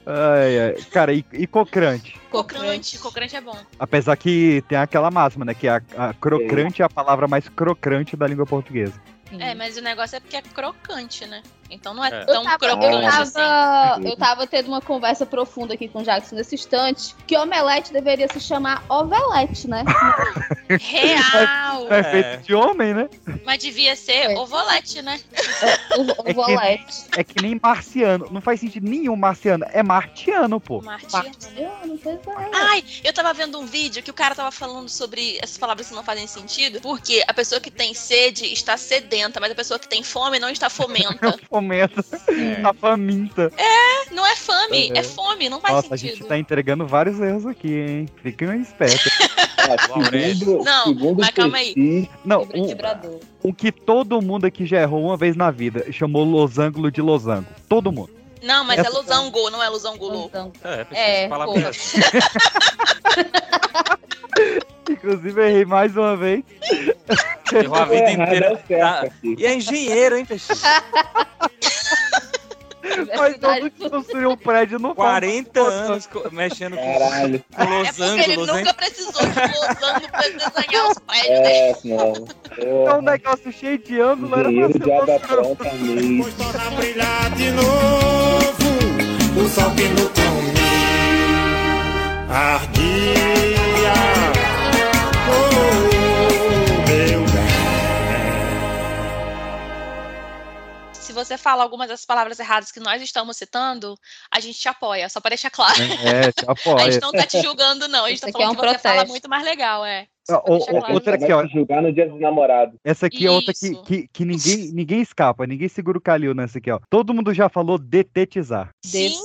Ai, ai. Cara, e, e cocrante? Cocrante, cocrante é bom. Apesar que tem aquela máxima, né? Que a, a crocrante é a palavra mais crocrante da língua portuguesa. É, mas o negócio é porque é crocante, né? Então não é, É. tão eu tava, eu, crocante assim. tava, eu tava tendo uma conversa profunda aqui com o Jackson nesse instante que omelete deveria se chamar ovelete, né? assim. Real! É, feito de homem, né? Mas devia ser ovolete, né? É que, é que nem marciano. Não faz sentido nenhum marciano. É martiano, pô. Martiano, pois é. Ai, eu tava vendo um vídeo que o cara tava falando sobre essas palavras que não fazem sentido, porque a pessoa que tem sede está sedenta, mas a pessoa que tem fome não está fomenta. Fomenta. Hum. Tá faminta. É, não é fome, É. é fome, não faz Nossa, a gente sentido. tá entregando vários erros aqui, hein? Fiquem espertos. É, segundo- Não, segundo mas calma aí. aí. Não, um, um que todo mundo aqui já errou uma vez na vida. Chamou losango de losango. Todo mundo. Não, mas é Essa- losango, não é losango Então, louco. Hum. É, É, pô. Inclusive, errei mais uma vez. Errou a vida inteira. Ah, E é engenheiro, hein, Peixinho? Mas todo que construiu um prédio não 40 né? anos co- mexendo com Caralho. com É Los porque ele Angeles, né? hein? nunca precisou de losango pra desenhar os prédios. né? É, não. É um negócio cheio de ângulo. Era pra ser losango. Pois torna a brilhar de novo o sol que no comi ardia. Oh, meu Se você fala algumas das palavras erradas que nós estamos citando, a gente te apoia, só pra deixar claro. É, te apoia. A gente não tá te julgando, não. A gente tá Isso aqui falando é um que você fala protesto. muito mais legal, é. Ah, o- o- outra aqui, ó. Julgar no dia dos namorados. Essa aqui é outra que, que, que ninguém, ninguém escapa, ninguém segura o calil nessa aqui, ó. Todo mundo já falou detetizar. Sim.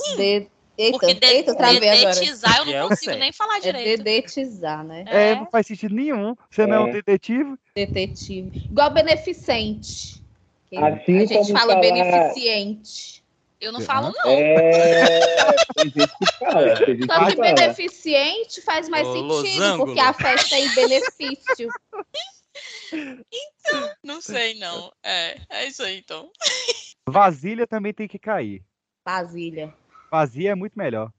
Eita, eita, travei agora. dedetizar eu não É Eu consigo sei. nem falar direito. É dedetizar, né? É. não faz sentido nenhum. Você não é um É. detetive? Detetive. Igual beneficente. Que Assim a gente como fala falar- beneficente. Eu não falo, não. é, tem gente que fala, tem gente Só que que fala. beneficente faz mais Ô, sentido, losango. porque a festa tem benefício. Não sei, não. É, é isso aí, então. Vasilha também tem que cair. Vasilha. Vazia é muito melhor.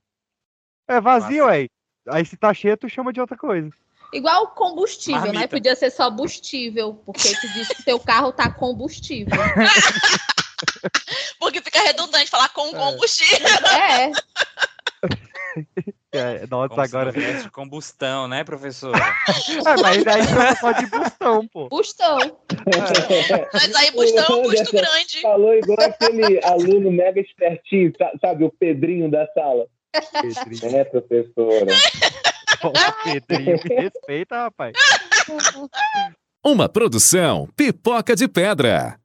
É vazio, aí. Aí se tá cheio, tu chama de outra coisa. Igual combustível, né? Marmita. Podia ser só combustível, porque tu diz que teu carro tá combustível. Porque fica redundante falar com combustível. É. É, nossa, Como se agora. não tivesse combustão, né, professor? Ah, mas aí você só de bustão, um, pô. Bustão. Mas aí bustão é um custo grande. Falou igual aquele aluno mega espertinho, sa- sabe? O Pedrinho da sala. É, professora. Ô, Pedrinho, me respeita, rapaz. Uma produção pipoca de pedra.